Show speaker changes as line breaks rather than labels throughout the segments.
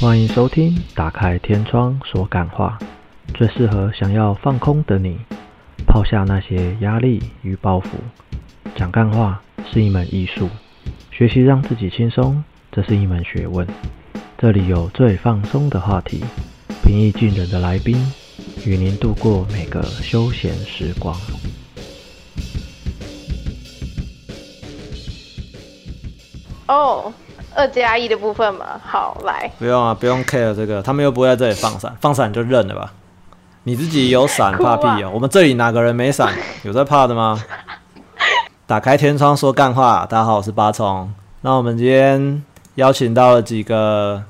欢迎收听《打开天窗说感话》，最适合想要放空的你，抛下那些压力与包袱。讲干话是一门艺术，学习让自己轻松，这是一门学问。这里有最放松的话题，平易近人的来宾，与您度过每个休闲时光。
哦，二加一的部分嘛，好来，
不用啊，不用 care 这个，他们又不会在这里放伞，放伞就认了吧。你自己有伞
哭
怕
啊
屁哦、我们这里哪个人 没伞？有在怕的吗？打开天窗说干话，大家好，我是八重。那我们今天邀请到了几个，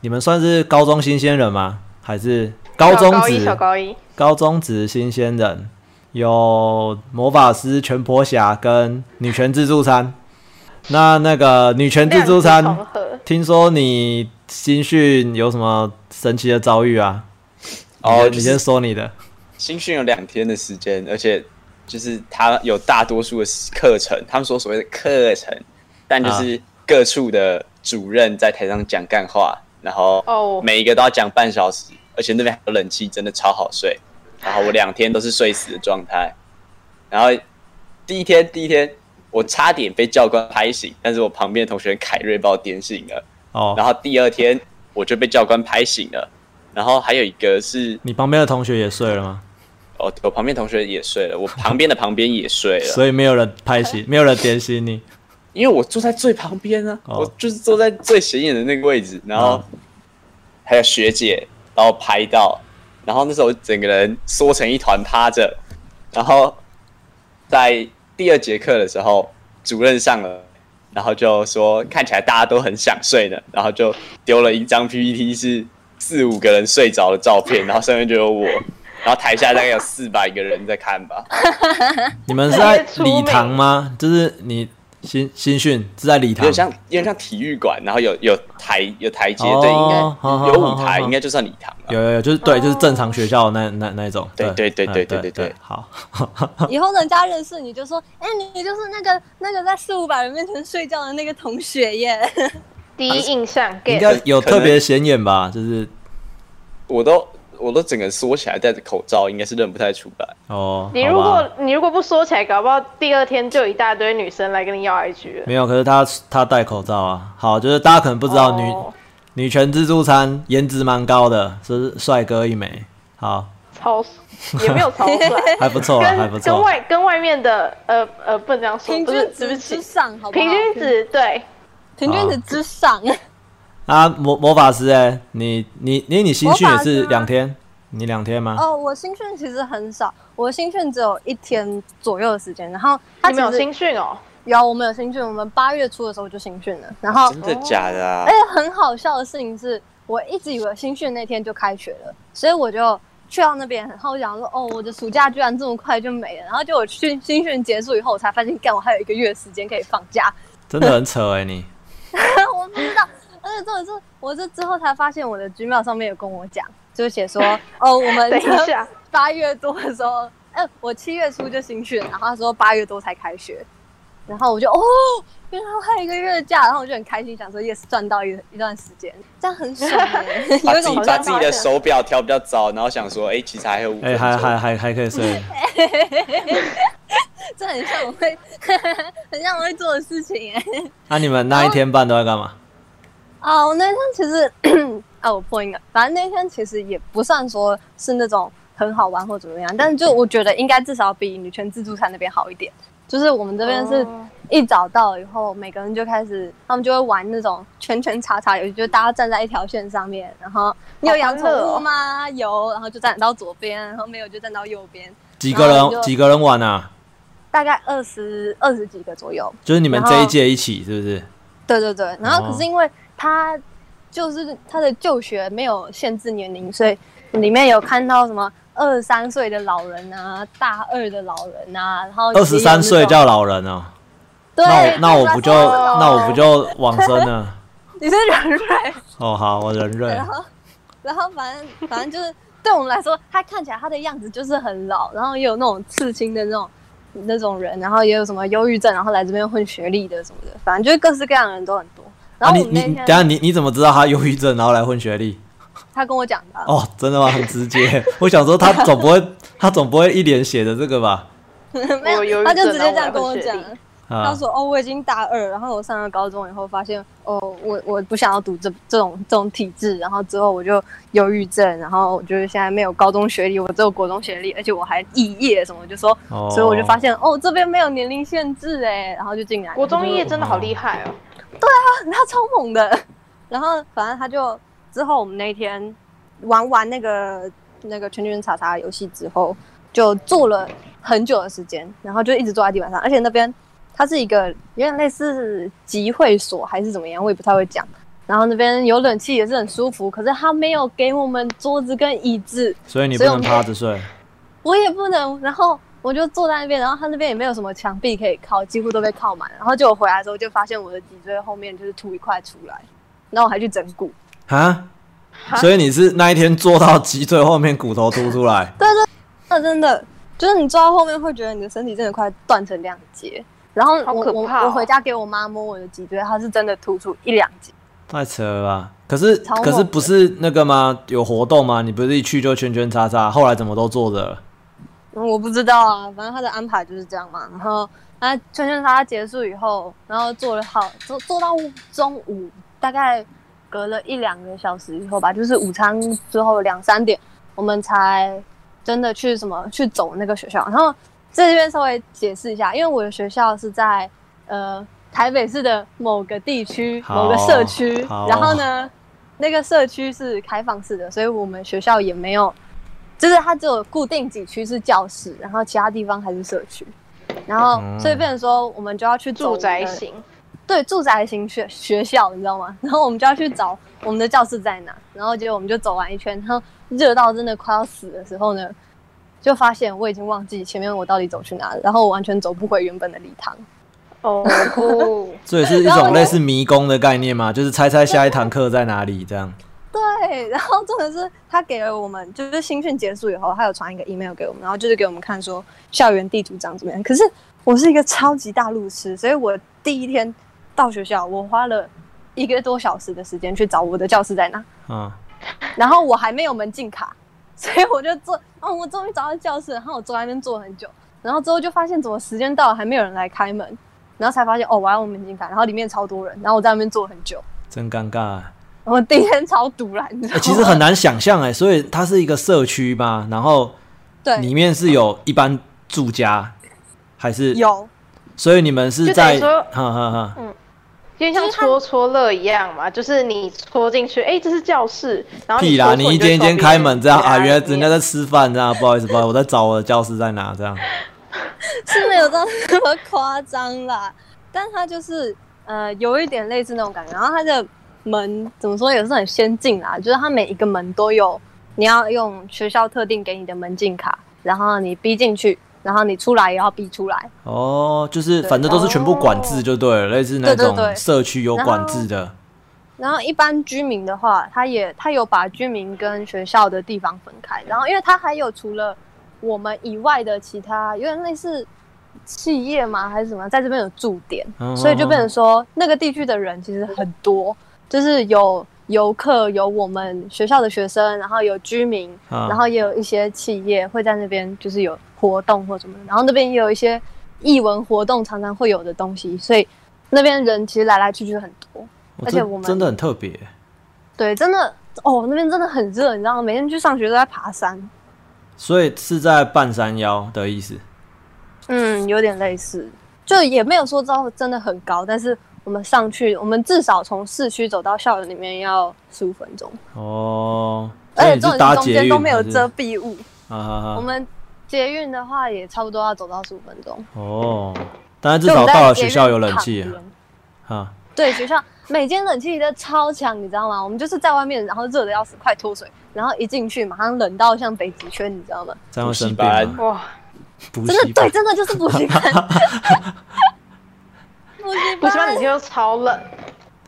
你们算是高中新鲜人吗？还是高中
小高一
子？
小高一，
高中职新鲜人，有魔法师全婆侠跟女权自助餐。那那个女权自
量
助
子
餐，
重合
听说你新训有什么神奇的遭遇啊？
哦
你
就
你
是
先说你的。
新训有两天的时间，而且就是他有大多数的课程，他们说所谓的课程，但就是各处的主任在台上讲干话，然后
哦
每一个都要讲半小时，而且那边还有冷气，真的超好睡。然后我两天都是睡死的状态，然后第一天第一天我差点被教官拍醒，但是我旁边的同学凯瑞把我点醒了，
哦
然，后第二天我就被教官拍醒了，然后还有一个是
你旁边的同学也睡了吗？
哦，我旁边同学也睡了，我旁边的旁边也睡了，
所以没有人拍 醒，没有人点醒你。
因为我坐在最旁边啊，
哦啊
我就是坐在最显眼的那个位置，然后、还有学姐把我拍到，然后那时候我整个人缩成一团趴着，然后在第二节课的时候，主任上了。然后就说看起来大家都很想睡呢，然后就丢了一张 PPT 是四五个人睡着的照片，然后上面就有我，然后台下大概有四百个人在看吧。
你们是在礼堂吗？就是你新新训是在礼
有
堂
点像有点像体育馆，然后有有台有台阶，
哦
对，
好好
应该有
好
舞台，
好
应该就算礼堂了。
有有有，就是对，就是正常学校的那那那一种。
对对对
嗯对
对对对对
好。
以后人家认识你就说，哎、你就是那个那个在四五百人面前睡觉的那个同学耶。
第一印象
应
get，
该有特别显眼吧？就是
我都我都整个缩起来，戴着口罩，应该是认不太出来。
哦，
你
好
如
吧
果你如果不说起来，搞不好第二天就有一大堆女生来跟你要 IG 了。
没有，可是他他戴口罩啊。好，就是大家可能不知道女、
哦
女权自助餐颜值蛮高的，是帅哥一枚，好，，
超也没有超帅
哎
还不错啦，还不
跟跟
错。
外跟外面的呃呃不能这样说，
平
不是
均
对不
值
起
之，上，好不好？
平均值对，
平均值之上，
啊，魔魔法师哎、你你你你新训也
魔法
是
师啊
两天，你两天吗？
哦，我新训其实很少，我新训只有一天左右的时间。然后他
你们有
其实
新训哦，
有我们有新训，我们八月初的时候就新训了。然后
真的假的
哦
啊
哎
而？且很好笑的事情是，我一直以为新训那天就开学了，所以我就去到那边，然后想说，哦，我的暑假居然这么快就没了。然后结果训新训结束以后，我才发现，干，我还有一个月的时间可以放假。
真的很扯哎、 你
我不知道，而且重点是，我是之后才发现我的 Gmail 上面有跟我讲，就 写说，哦，我们
等一下，
八月多的时候，哎、我七月初就新训，然后他说八月多才开学，然后我就哦，原来我还有一个月的假，然后我就很开心，想说 yes 赚到一一段时间，这样很爽 耶，
把
有一
自己
种
把
像
自己的手表调比较早，然后想说，哎，其实还有五
哎、
分
还
钟
还还还可以 睡，
这很像我会， 很像我会做的事情欸耶。
那、啊你们那一天半都在干嘛？
哦，我那天其实啊，我破音了。反正那天其实也不算说是那种很好玩或怎么样，但是就我觉得应该至少比女权自助餐那边好一点。就是我们这边是
哦
一早到以后，每个人就开始，他们就会玩那种圈圈叉叉游戏，就是大家站在一条线上面，然后你有
好
养
欢
宠
乐哦
物吗？有，然后就站到左边，然后没有就站到右边，
几个
然后就
人几个人玩啊？
大概二十二十几个左右。
就是你们
然后
这一届一起是不是？
对对对，然后
哦
可是因为他就是他的就学没有限制年龄，所以里面有看到什么二三岁的老人啊，大二的老人啊，然后
二十三岁
就
叫老人哦、
对，
那我那我不就
23岁的老
那我不就往生了？
你是人类，
哦，好，我忍忍
然。后然后反正反正就是对我们来说，他看起来他的样子就是很老，然后也有那种刺青的那种。那种人，然后也有什么忧郁症，然后来这边混学历的什么的，反正就是各式各样的人都很多。然
啊，
后
你
我们
你
那
你
天、
等下你你怎么知道他忧郁症，然后来混学历？
他跟我讲的啊、
哦，真的吗？很直接。我想说他总不会他总不会一脸写的这个吧？
没
我忧
有，
郁
他就
症
直接
然后
这
我
样跟
要
我
学
讲
历。
啊
他，说：“哦，我已经大二，然后我上了高中以后发现，哦，我我不想要读这这种这种体制，然后之后我就忧郁症，然后我就是现在没有高中学历，我只有国中学历，而且我还肄业什么，我就说，
哦
所以我就发现，哦，这边没有年龄限制哎，然后就进来了。
国中
就是
业真的好厉害哦，
他超猛的。 然后反正他就之后我们那天玩完那个那个圈圈叉叉游戏之后，就坐了很久的时间，然后就一直坐在地板上，而且那边它是一个有点类似集会所还是怎么样，我也不太会讲。然后那边有冷气也是很舒服，可是他没有给我们桌子跟椅子，
所以你不
所以我
能
们
趴着 睡。
我也不能。然后我就坐在那边，然后他那边也没有什么墙壁可以靠，几乎都被靠满。然后就我回来之后，就发现我的脊椎后面就是凸一块出来，然后我还去整骨。
啊？所以你是那一天坐到脊椎后面骨头凸出 来，
那真的就是你坐到后面会觉得你的身体真的快断成两截。然后
好
我、
可
我
怕哦
我回家给我妈摸我的脊椎，它是真的突出一两截。
太扯了吧？可是
超猛
可
的
是不是那个吗？有活动吗？你不是一去就圈圈叉叉，后来怎么都坐着了？
嗯我不知道啊，反正他的安排就是这样嘛。然后那圈圈叉结束以后，然后做了好做做到中午，大概隔了一两个小时以后吧，就是午餐之后两三点，我们才真的去什么去走那个学校。然后这边稍微解释一下，因为我的学校是在呃台北市的某个地区
好
某个社区
好，
然后呢那个社区是开放式的，所以我们学校也没有。就是它只有固定几区是教室，然后其他地方还是社区，然后
嗯
所以变成说我们就要去走
住宅
我们的
型，
对住宅型学学校，你知道吗？然 后我们就要去找我们的教室在哪，然后结果我们就走完一圈，然后热到真的快要死的时候呢，就发现我已经忘记前面我到底走去哪了，然后我完全走不回原本的礼堂。
哦不，
所以是一
然后我
种
就
类似迷宫的概念嘛，就是猜猜下一堂课在哪里这样。
对，然后重点是他给了我们，就是新训结束以后，他有传一个 email 给我们，然后就是给我们看说校园地图长怎么样。可是我是一个超级大路痴，所以我第一天到学校，我花了一个多小时的时间去找我的教室在哪，
嗯，
然后我还没有门禁卡，所以我就坐，哦，我终于找到教室，然后我坐在那边坐很久，然后之后就发现怎么时间到了还没有人来开门，然后才发现哦，我要用门禁卡，然后里面超多人，然后我在那边坐很久，
真尴尬啊、
然后第一天超堵然，你知
欸
道吗
其实很难想象哎、所以它是一个社区吧，然后
对
里面是有一般住家，还是，
有。
所以你们是
就等
在，
于说
哈哈哈，
嗯
就像戳戳乐一样嘛，就是你戳进去，哎，这是教室，然后
屁啦！
戳
你
错
一
就
间一
戳
间
别
开
人
门这样
家
啊，原来
里
人家
面
在吃饭这样， 不好意思，不好意思，我在找我的教室在哪这样。
是没有到那么夸张啦， 但它就是呃有一点类似那种感觉。然后它的门怎么说也是很先进啦，就是它每一个门都有，你要用学校特定给你的门禁卡，然后你逼进去，然后你出来也要逼出来。
哦，就是
对
反正都是全部管制就对了，类似那
对对
种
对
社区有管制的。
然后一般居民的话，他也他有把居民跟学校的地方分
嗯
开，然后因为他还有除了我们以外的其他有点类似企业嘛还是什么，在这边有驻点，
嗯
所以就变成说那个地区的人其实很多，就是有游客，有我们学校的学生，然后有居民，
啊
然后也有一些企业会在那边就是有活动或什么的，然后那边也有一些艺文活动常常会有的东西，所以那边人其实来来去去很多。
哦
而
这
且我们
真的很特别，
对，真的哦，那边真的很热，你知道吗？每天去上学都在爬山，
所以是在半山腰的意思。
嗯，有点类似，就也没有说到真的很高，但是我们上去，我们至少从市区走到校园里面要十五分钟，
哦，
而
所以
且
你
重
是
点
搭
是中
捷
间
运
都没有
还是
遮蔽物，
啊哈哈。
我们捷运的话也差不多要走到十五分钟，
哦，当然至
就我
少
们在
到了
捷
学
运
校有冷气
旁
啊
边。
啊，
对，学校每间冷气都超强，你知道吗？我们就是在外面，然后热的要死，快脱水，然后一进去马上冷到像北极圈，你知道吗？
这样会
补习
生病吗
班？
哇，
补
哦真的
习
对，
班
真的就是补习 班。补习
补习班你听说超冷，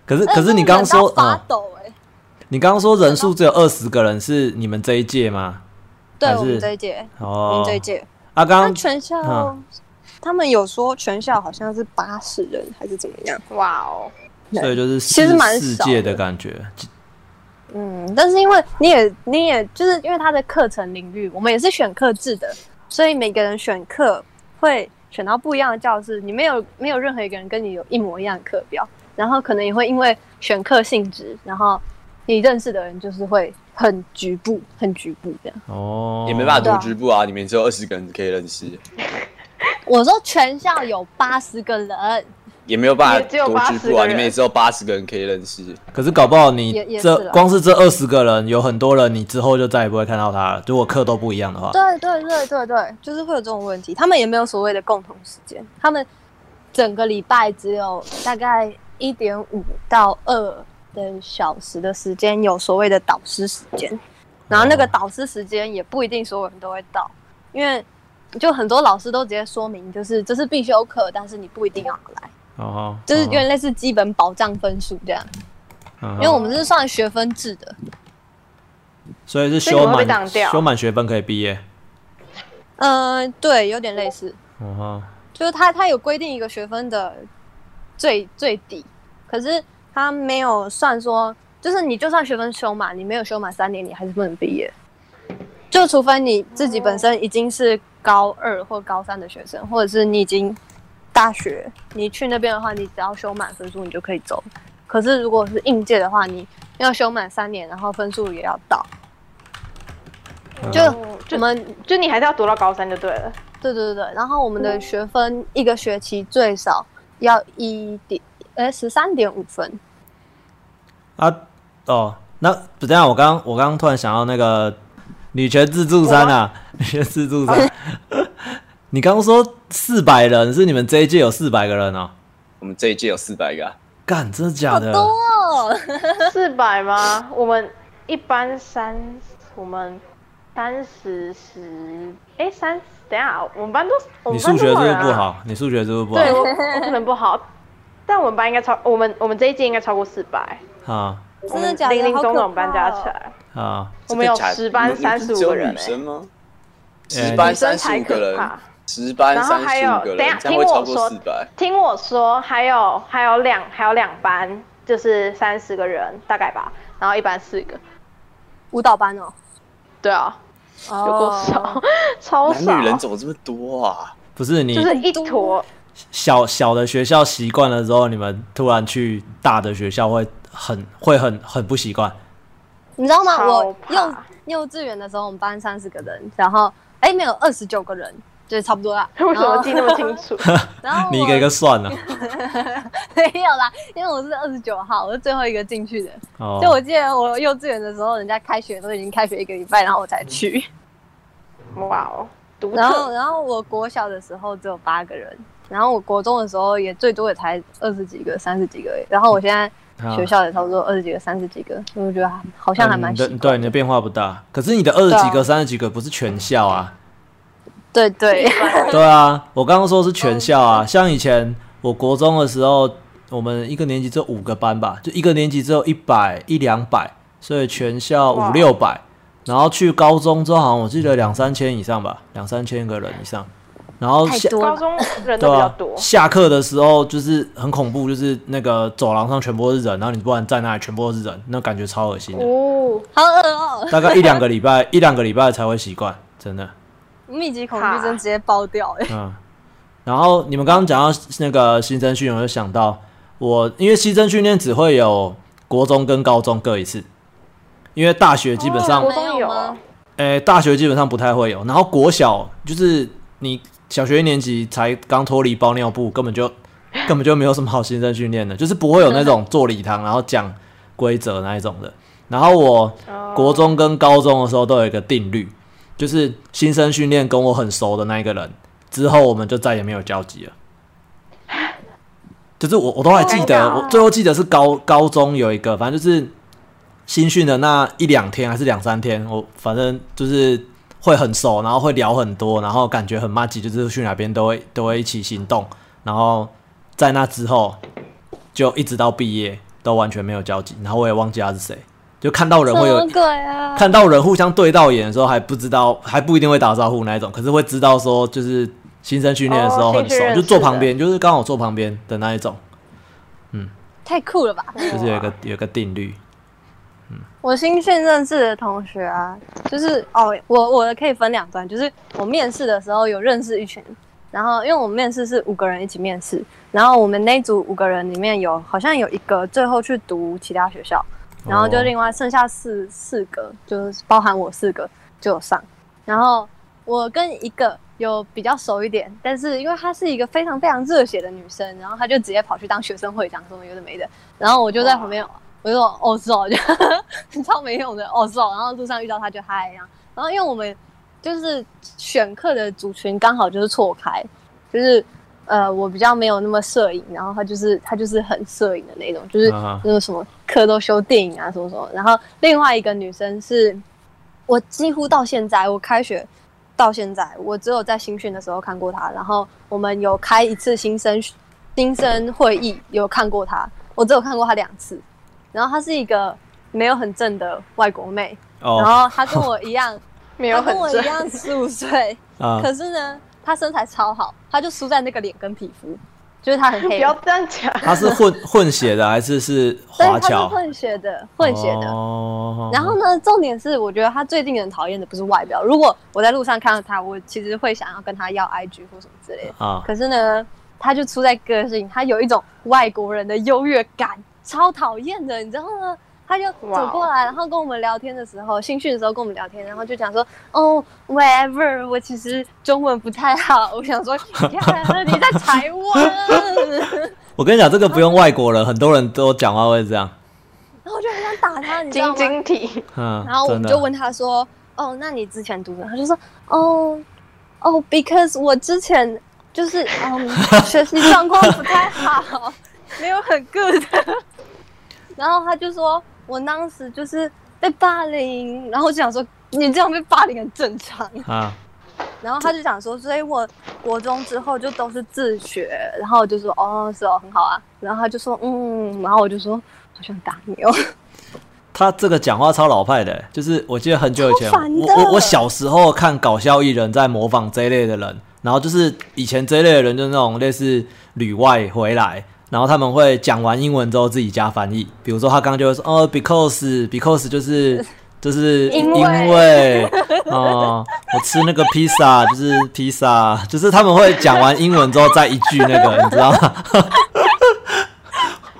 可是可是你刚刚说
呃冷到
啊
发，抖哎、
你刚刚说人数只有二十个人，是你们这一届吗？还
对
是
我们这一届，我
哦
们，这一届，
啊，
那
刚刚
全校、
啊
他们有说全校好像是八十人还是怎么样？
哇哦，
对
所以就是
其实
世
蛮
世
少
界
的
的感觉，
嗯，但是因为你也你也就是因为它的课程领域，我们也是选课制的，所以每个人选课会选到不一样的教室，你没有没有任何一个人跟你有一模一样的课表，然后可能也会因为选课性质，然后你认识的人就是会很局部，很局部这样。
哦，
也没办法
对啊
多局部啊，你们只有二十个人可以认识，
我说全校有八十个人，
也没有办
也只
法
有
多局
80
部
个
啊，
人
你们也只有八十个人可以认识。
可是搞不好你
也也是
这
啦
光是这二十个人，有很多人你之后就再也不会看到他了。如果课都不一样的话，
对对对对对，就是会有这种问题。他们也没有所谓的共同时间，他们整个礼拜只有大概一点五到二的小时的时间有所谓的导师时间，然后那个
哦
导师时间也不一定所有人都会到，因为就很多老师都直接说明，就是这是必修课，但是你不一定要来，
哦，哦
就是有
因为
点类似基本保障分数这样。因
嗯
为我们是算学分制的，
所以是
所以你
修
们会被
满
挡掉
修满学分可以毕业。
嗯、对，有点类似。
哦吼，
就是他他有规定一个学分的最最底，可是他没有算说，就是你就算学分修满，你没有修满三年，你还是不能毕业，就除非你自己本身已经是高二或高三的学生，或者是你已经大学，你去那边的话，你只要修满分数，你就可以走。可是如果是应届的话，你要修满三年，然后分数也要到，就
就
我们
就你还是要读到高三就对了。
对对对对，然后我们
嗯
的学分一个学期最少要一点，呃，十三点五分。
啊哦，那等一下我刚我刚突然想到那个女权自助餐啊， 女权自助餐。你刚刚说四百人是你们这一届有四百个人哦？
我们这一届有四百个、啊，
干，真的假的？
哦，
四百 吗？我们一般三，我们三十十，哎三，等一下，我们班都，我们
你数
班
学
多
是
少
不是
人啊
不？好？你数学是不是不
对，
好
我我可能不好，但我们班应该超，我们我们这一届应该超过四百，
啊
真的假的
零零
好可
总总班加
怕哦
起来，
啊！
我们有
真的假的
十
你
班
们
三
你
十
们
五
只有
个人哎、
女生吗？
哎
十班
女生
三十
才
五个
可
人
怕，
十班
然后
三
还
十
有
五
等
个，
一下
人，这样会
听
超
我
过
说
四百。
听我说，还有还有两还有两班，就是三十个人大概吧，然后一班四个，
舞蹈班哦，
对啊，
有
有多少？ 超少，
男女人怎么这么多啊？
不是你
就是一坨，
小小的学校习惯了之后，你们突然去大的学校会很会很很不习惯。
哦你知道吗？
超
我
怕
幼幼稚园的时候，我们班三十个人，然后哎没有二十九个人，就是差不多啦。
为什么
然后
记那么清楚？
然后
你一
我
个一个算 了、
没有啦，因为我是二十九号，我是最后一个进去的。
哦，
就我记得我幼稚园的时候，人家开学都已经开学一个礼拜，然后我才去。
哇哦，独
然后，
特，
然后我国小的时候只有八个人，然后我国中的时候也最多也才二十几个、三十几个而已，然后我现在
啊
学校也差不多二十几个、三十几个，所以我觉得还好像还蛮
嗯
习
对
惯
对，你的变化不大。可是你的二十几
对啊
个、三十几个不是全校啊？
对 对，
对啊，我刚刚说是全校
哦
啊。像以前我国中的时候，我们一个年级只有五个班吧，就一个年级只有一百一两百，所以全校
哇
五六百。然后去高中之后，好像我记得两三千以上吧，两三千个人以上。然后
太
下
多
高
了。
中人
对
都比较
啊
多，，
下课的时候就是很恐怖，就是那个走廊上全部都是人，然后你不管在哪里全部都是人，那感觉超恶心的。
哦，
好恶哦，
大概一两个礼拜，一两个礼拜才会习惯，真的。
密集恐惧症直接爆掉哎、
嗯，然后你们刚刚讲到那个新生训练，我就想到我，因为新生训练只会有国中跟高中各一次，因为大学基本上
国，中
没有
有
吗
啊，
诶、大学基本上不太会有，然后国小就是你小学一年级才刚脱离包尿布，根本就 根本就没有什么好新生训练的，就是不会有那种做礼堂然后讲规则那一种的。然后我国中跟高中的时候都有一个定律，就是新生训练跟我很熟的那一个人，之后我们就再也没有交集了。就是我我都还记
啊
得，我最后记得是高高中有一个，反正就是新训的那一两天还是两三天，我反正就是会很熟，然后会聊很多，然后感觉很 m a 就是去哪边都会都会一起行动，然后在那之后就一直到毕业都完全没有交集，然后我也忘记他是谁，就看到人会有
什么鬼啊？
看到人互相对到眼的时候还不知道，还不一定会打招呼那一种，可是会知道说就是新生训练的时候
哦
很熟，
新训认识
就坐旁
的
边，就是刚好坐旁边的那一种。
太酷了吧！
就是有一个有一个定律，
我新训认识的同学啊，就是哦，我我的可以分两段，就是我面试的时候有认识一群，然后因为我面试是五个人一起面试，然后我们那一组五个人里面有好像有一个最后去读其他学校，然后就
哦
另外剩下四四个，就是包含我四个就有上，然后我跟一个有比较熟一点，但是因为她是一个非常非常热血的女生，然后她就直接跑去当学生会长什么有的没的，然后我就在旁边，我就说哦是哦， 就超没用的哦是哦，然后路上遇到她就嗨，然后然后因为我们就是选课的组群刚好就是错开，就是呃我比较没有那么摄影，然后她就是她就是很摄影的那种，就是
啊哈
那种什么课都修电影啊什么什么，然后另外一个女生是我几乎到现在，我开学到现在，我只有在新训的时候看过他。然后我们有开一次新生新生会议，有看过他，我只有看过他两次。然后她是一个没有很正的外国妹，然
哦
后她跟我一样，
没有
她
很
跟我
正
一，样十五岁，
啊，
可是呢，她身材超好，她就输在那个脸跟皮肤，就是她很
不
黑，
要这样讲。
他是混混血的还是是
但
华
是她是
侨？
混血的，混血的。
哦
然后呢，重点是我觉得他最令人讨厌的不是外表。如果我在路上看到他，我其实会想要跟他要 IG 或什么之类的。
啊，
可是呢，他就出在个性，他有一种外国人的优越感，超讨厌的，你知道吗？他就走过来，然后跟我们聊天的时候，新训的时候跟我们聊天，然后就讲说，哦，whatever，我其实中文不太好。我想说， 你看你在台 湾，
我跟你讲，这个不用外国人，很多人都讲话会这样，
然后我就很想打他，你知道
晶
吗？
晶体，
嗯，
然后我
真
们
的
就问他说：“哦，那你之前读什么？”他就说：“哦，哦，because 我之前就是嗯，学习状况不太好，没有很 good。”然后他就说：“我当时就是被霸凌。”然后我就想说：“你这样被霸凌很正常。”
啊，
然后他就想说，所以我国中之后就都是自学，然后我就说哦是哦很好啊，然后他就说嗯，然后我就说好想打你哦，
他这个讲话超老派的，就是我记得很久以前，
超烦的
我我我小时候看搞笑艺人在模仿这一类的人，然后就是以前这一类的人就是那种类似旅外回来，然后他们会讲完英文之后自己加翻译，比如说他刚刚就会说哦，because because 就是就是
因为
因为哦、我吃那个披萨就是披萨，就是他们会讲完英文之后再一句那个，你知道吗？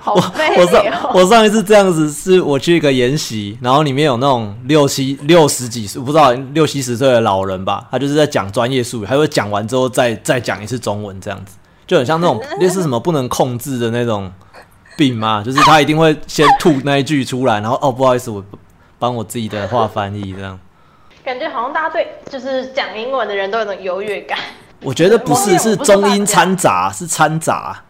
好废
我上
哦！
我上一次这样子是我去一个研习，然后里面有那种六七六十几岁，我不知道六七十岁的老人吧，他就是在讲专业术语，他会讲完之后再再讲一次中文，这样子就很像那 种类似什么不能控制的那种病嘛，就是他一定会先吐那一句出来，然后哦不好意思，我帮我自己的话翻译这样。
感觉好像大家对就是讲英文的人都有种优越感。
我觉得不是，是中英掺杂，是掺杂。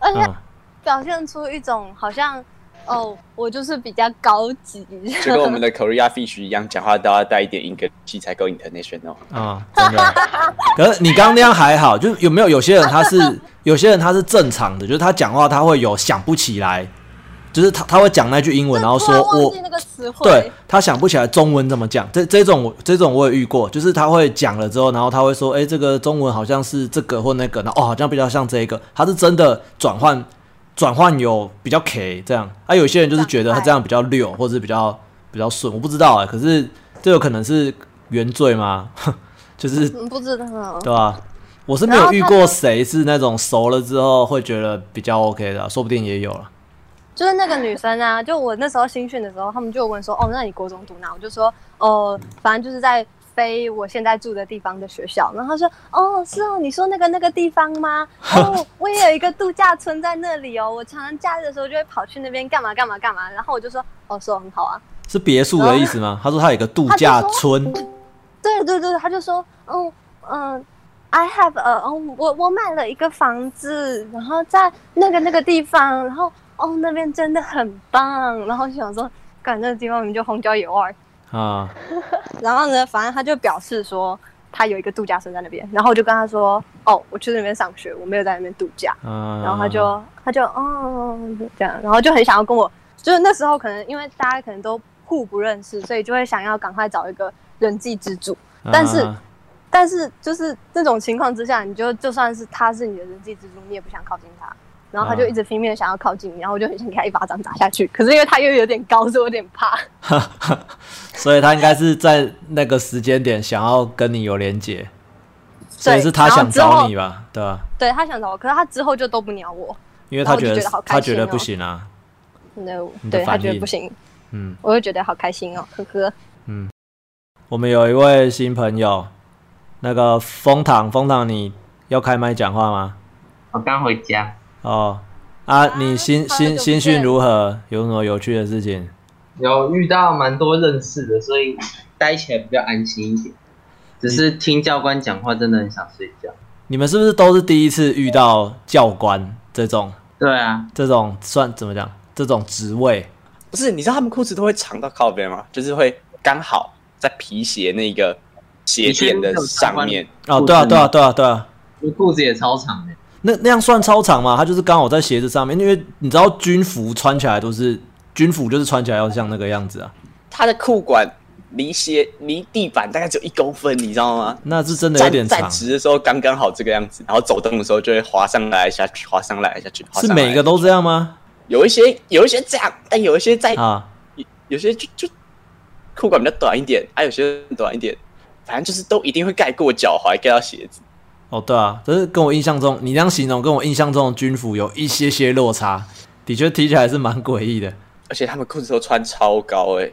而且
嗯，
表现出一种好像哦，我就是比较高级，
就跟我们的 Korea Fish 一样，讲话都要带一点 English 才够 international。
啊、真的。 可是你刚刚那样还好，就是有没有有些人他 是有些人他是正常的，就是他讲话他会有想不起来，就是他他会讲那句英文，然后
突
说
然忘
我
记那个词汇，
对他想不起来中文怎么讲，这这种我这种我也遇过，就是他会讲了之后，然后他会说，哎、这个中文好像是这个或那个，然后哦好像比较像这个，他是真的转换转换有比较 K 这样，啊有些人就是觉得他这样比较溜，或者是比较比较顺，我不知道啊、可是这有可能是原罪吗？ 就是
嗯，不知道。
对吧、我是没有遇过谁是那种熟了之后会觉得比较 OK 的啊、说不定也有了。
就是那个女生啊，就我那时候新训的时候，他们就有问说，哦，那你国中读哪？我就说，哦，反正就是在非我现在住的地方的学校。然后她说，哦，是哦，你说那个那个地方 吗？哦，我也有一个度假村在那里哦，我常常假日的时候就会跑去那边干嘛干嘛干嘛。然后我就说，哦，是哦，很好啊。
是别墅的意思吗？他说他有一个度
他就
假
说
村，
对对对，他就说，嗯嗯，I have a，嗯，我我买了一个房子，然后在那个那个地方，然后哦那边真的很棒，然后就想说，感那个地方我们就荒郊野外。
啊，
然后呢，反正他就表示说他有一个度假村在那边，然后我就跟他说，哦，我去那边上学，我没有在那边度假。
嗯，
然后他就、他就哦这样，然后就很想要跟我，就是那时候可能因为大家可能都互不认识，所以就会想要赶快找一个人际支柱。但是
啊
但是就是这种情况之下，你就就算是他是你的人际支柱，你也不想靠近他。然后他就
啊
一直拼命地想要靠近你，然后我就很想给他一巴掌打下去，可是因为他又有点高，所以我有点怕。
所以他应该是在那个时间点想要跟你有连结， 所以
对
是他
然后
想
之后
找你哦吧，对吧？
对他想找我，可是他之后就都不鸟我。
因为他觉
然后我就
得
觉得好开
他觉得
心哦
不行啊，
No，
你的
对他
反
觉得
应
不行，
嗯，
我就觉得好开心哦，呵呵。
我们有一位新朋友，那个枫糖，枫糖，你要开麦讲话吗？
我刚回家，
哦，啊，你新
好久
新
不
新
见
训如何？有什么有趣的事情？
有遇到蛮多认识的，所以待起来比较安心一点。只是听教官讲话，真的很想睡觉。
你们是不是都是第一次遇到教官这种
对啊，
这种算怎么讲？这种职位？
不是，你知道他们裤子都会长到靠边吗？就是会刚好在皮鞋那个鞋垫的上面。
哦，
裤
对啊，
子
对啊，对啊，对啊。
我裤子也超长的，
那那样算超长吗？它就是刚好在鞋子上面，因为你知道军服穿起来都是军服，就是穿起来要像那个样子啊。
他的裤管离鞋离地板大概只有一公分，你知道吗？
那是真的有
站
点
站
长，
直的时候刚刚好这个样子，然后走动的时候就会滑上来下去，滑上来下去。滑
是
上来
每个都这样吗？
有一些有一些这样，但有一些在、
啊，
有有些就就裤管比较短一点，还、有些短一点，反正就是都一定会盖过脚踝，盖到鞋子。
哦，对啊，但是跟我印象中你这样形容，跟我印象中的军服有一些些落差，的确踢起来是蛮诡异的。
而且他们裤子都穿超高哎、欸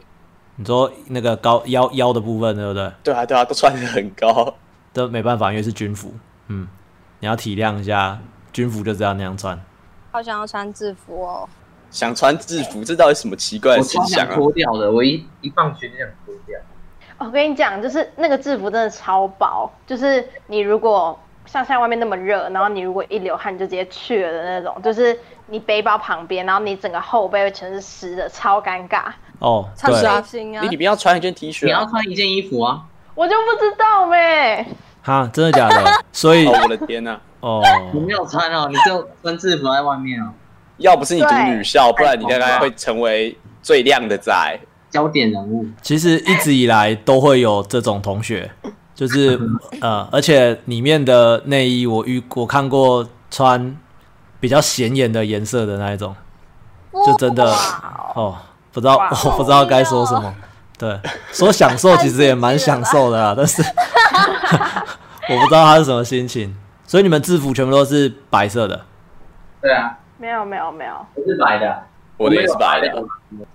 你说那个高腰腰的部分，对不对？
对啊对啊，都穿的很高。
这没办法，因为是军服，嗯，你要体谅一下，军服就这样那样穿。
好想要穿制服哦，
想穿制服，这到底什么奇怪
我
的思
超
想
想
啊？
脱掉的，我一一放学就想脱掉。
我哦跟你讲，就是那个制服真的超薄，就是你如果像现在外面那么热，然后你如果一流汗你就直接去了的那种，就是你背包旁边，然后你整个后背会全是湿的，超尴尬。
哦，
穿
对，
背心啊
你，里面要穿一件 T
你
恤、
要
啊。
穿一件衣服啊，
我就不知道呗、
哈，真的假的？所以
哦，我的天呐、
哦，
你没有穿哦，你就穿制服在外面哦。
要不是你读
对
女校，不然你大
太
概
恐怖
会成为最靓的仔。
焦点人物，
其实一直以来都会有这种同学，就是呃，而且里面的内衣我遇我看过穿比较显眼的颜色的那一种，就真的哦，不知道、
哇
我不知道该说什么。对，说享受其实也蛮享受的啦，但是 我不知道他是什么心情。所以你们制服全部都是白色的，
对啊，
没有没有没有，
我是白的，啊
我的也是白的，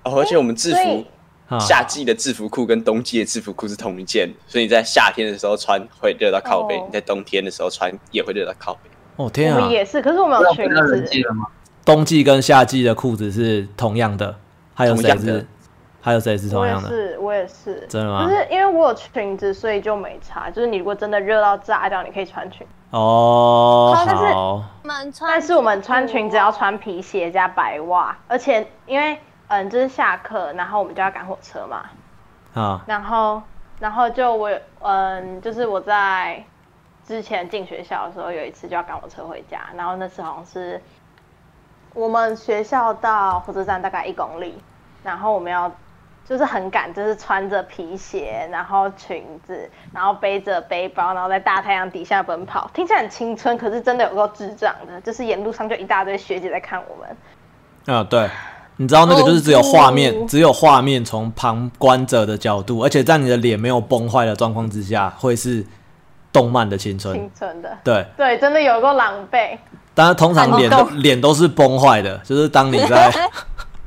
哦，而且我们制
所
服
以
啊，
夏季的制服裤跟冬季的制服裤是同一件，所以你在夏天的时候穿会热到靠背，
哦
你在冬天的时候穿也会热到靠背。
哦天
我
啊
们，也是，可是我们
不
有
知道
裙
回到人
子
际，了吗？
冬季跟夏季的裤子是同样的，还有
同
谁
样的
是？还有谁是同
我也
样的？
是我也是，
真的吗
可是因为我有裙子，所以就没差。就是你如果真的热到炸掉，你可以穿裙。
哦，
好但是
好，
我们穿，
但是我们穿裙子要穿皮鞋加白袜，而且因为嗯，就是下课，然后我们就要赶火车嘛，
啊，
然后然后就我嗯，就是我在之前进学校的时候，有一次就要赶火车回家，然后那次好像是我们学校到火车站大概一公里，然后我们要。就是很赶，就是穿着皮鞋，然后裙子，然后背着背包，然后在大太阳底下奔跑，听起来很青春，可是真的有够智障的。就是沿路上就一大堆学姐在看我们，
啊，对，你知道那个就是只有画面，
哦
只有画面从旁观者的角度，而且在你的脸没有崩坏的状况之下，会是动漫的青春
青。春的，
对，
对，真的有够狼狈。
当然通常
很
脸都
动
脸都是崩坏的，就是当你在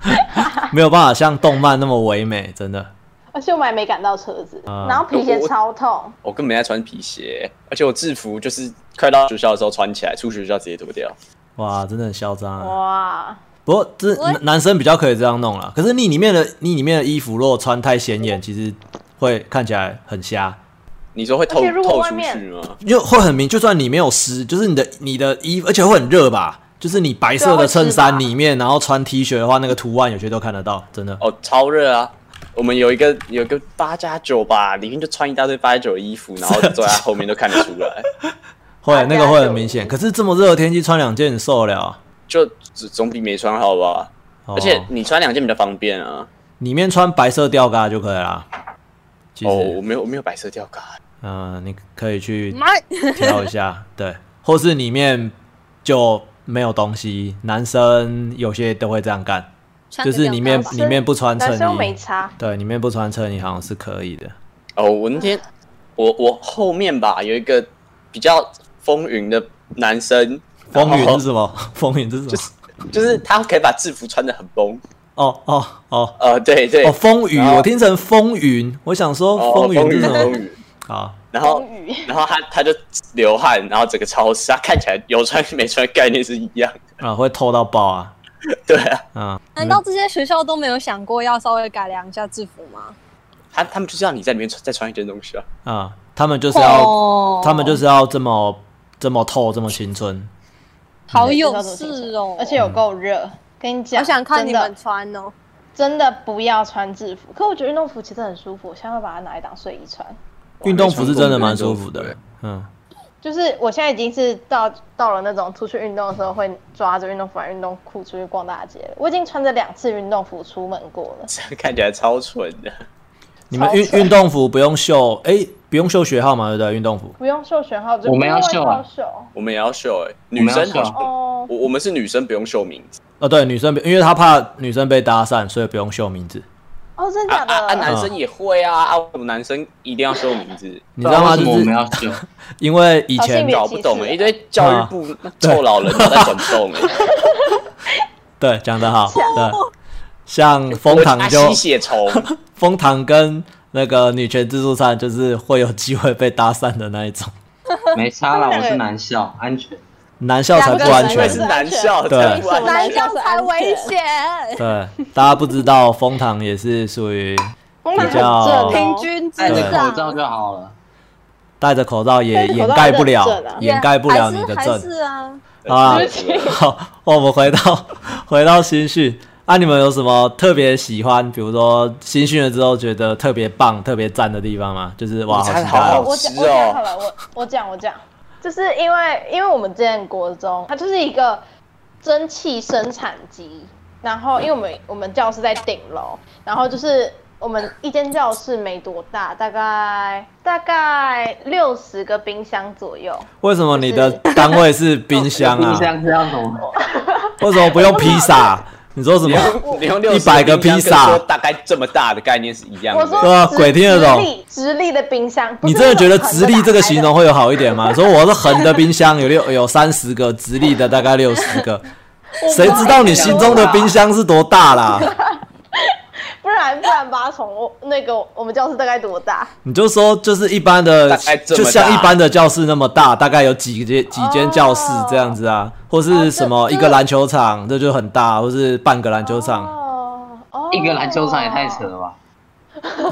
没有办法像动漫那么唯美，真的。
而且我们还没赶到车子，
啊
然后皮鞋超痛，
我根本没在穿皮鞋，而且我制服就是快到学校的时候穿起来，出学校直接脱掉。
哇，真的很嚣张啊！
哇，
不过这
我
男男生比较可以这样弄啦。可是你里面的你里面的衣服如果穿太显
嗯
眼，其实会看起来很瞎。
你说会透
而且如果
透
外
出
面
去吗？
就会很明，就算你没有湿，就是你的你的衣服，而且会很热吧？就是你白色的衬衫里面，然后穿 T 恤的话，那个图案有些都看得到，真的。
哦，超热啊！我们有一个有一个八加九吧，里面就穿一大堆八加九的衣服，然后坐在后面都看得出 来。
会
大家
那个会很明显。可是这么热的天气穿两件，你受得了？啊
就只总比没穿好吧。
哦
而且你穿两件比较方便啊。
里面穿白色吊嘎就可以啦。其
哦，我
实，
没有我没有白色吊卡，
哦
嗯、你可以去
买，
挑一下，对，或是里面就没有东西，男生有些都会这样干，
穿
就
个
是里面
吊带吧
里面不穿
男
衬
生没
衣，
差，
对，里面不穿衬衣好像是可以的。
哦，我那天我我后面吧有一个比较风云的男生，
风云
然后
是什么？风云是什么？
就是他可以把制服穿的很崩。
哦哦哦
呃，对对，
哦，风雨，
然后
我听成风云，我想说
哦
风云是什
风
么？
云，
好，
然后
风雨。
然后他他就流汗，然后整个超湿，他看起来有穿没穿概念是一样的。
啊，会透到爆啊，
对啊，
嗯，
难道这些学校都没有想过要稍微改良一下制服吗？
嗯
他他们就是要你在里面穿再穿一件东西啊。
啊、他们就是要，
哦
他们就是要这么这么透，这么青春。
好有事哦，
而且有够热。跟你讲，
好想看你
真
们
的
穿哦。
真的不要穿制服。可我觉得运动服其实很舒服，我现在会把它拿来当睡衣穿。
哦
运动服是真的蛮舒服
对
的，嗯，
就是我现在已经是到到了那种出去运动的时候会抓着运动服、运动裤出去逛大街了。我已经穿着两次运动服出门过了。
这样 看起来超蠢的。
你们运
超
运动服不用秀，哎、不用秀学号嘛，对不对？运动服
不用秀选号，就
我们要秀啊
不用秀
我们也要秀哎、
我
女
们要
生
秀
啊
好像
哦。
我我们是女生不用秀名字
哦，对，女生，因为她怕女生被搭讪，所以不用秀名字。
哦，真
啊
假
啊啊！
的？
男生也会啊啊！我们男生一定要秀名字，
你知道吗？
不
啊
就
然为什么我们
是
要秀？
因为以
好
前
性别
搞不懂哎、
歧视
一堆教育部那臭老人都在管不动哎、
对讲得好，对，像风堂就
啊吸血虫，
风堂跟那个女权自助餐，就是会有机会被搭讪的那一种。
没差啦，我是男校，安全。
男校才不安
两个
全
人
是男校
对
才不安全
男
男
校
校
是
才
安
危
全
险，
对，大家不知道风堂也是属于
风男很
比较
正
平
哦，
均
戴
值
着
对
口
上
罩。就好了。
戴着口罩
戴
也
着口罩
掩盖不了
还是很正啊，
掩盖不了你的
还是还是
正
啊，
啊
对。不起
好，哦我们回到 回到新训啊，你们有什么特别喜欢？比如说新训了之后觉得特别棒、特别赞的地方吗？就是哇，好
午餐
期
好
待
好
哦！
我讲
吃
我
哦
讲好了，我我讲我讲，就是因为因为我们之前国中，它就是一个蒸汽生产机，然后因为我们我们教室在顶楼，然后就是我们一间教室没多大，大概大概六十个冰箱左右，
为什么你的单位是冰箱啊
冰？箱是要什么？
为什么不用披萨？你说什
你
么？
用你用六
100个披萨
大概这么大的概念是一样
我说
的。
对啊
直
鬼听得懂
直立直立的冰箱，不
你
是
真的觉得
那种
直立这个形容
横着打开的？
会有好一 点吗？说我是横的冰箱有六有三十个，直立的大概六十 个，谁知道你心中的冰箱是多大 啦？
不然不然八重，我那个我们教室大概多大？
你就说就是一般的
大概，这么
就
大
像一般的教室那么大，大概有几间几间教室这样子啊，或是什么
哦这
一个篮球场，这就很大，或是半个篮球场，
哦哦
一个篮球场也太扯了吧！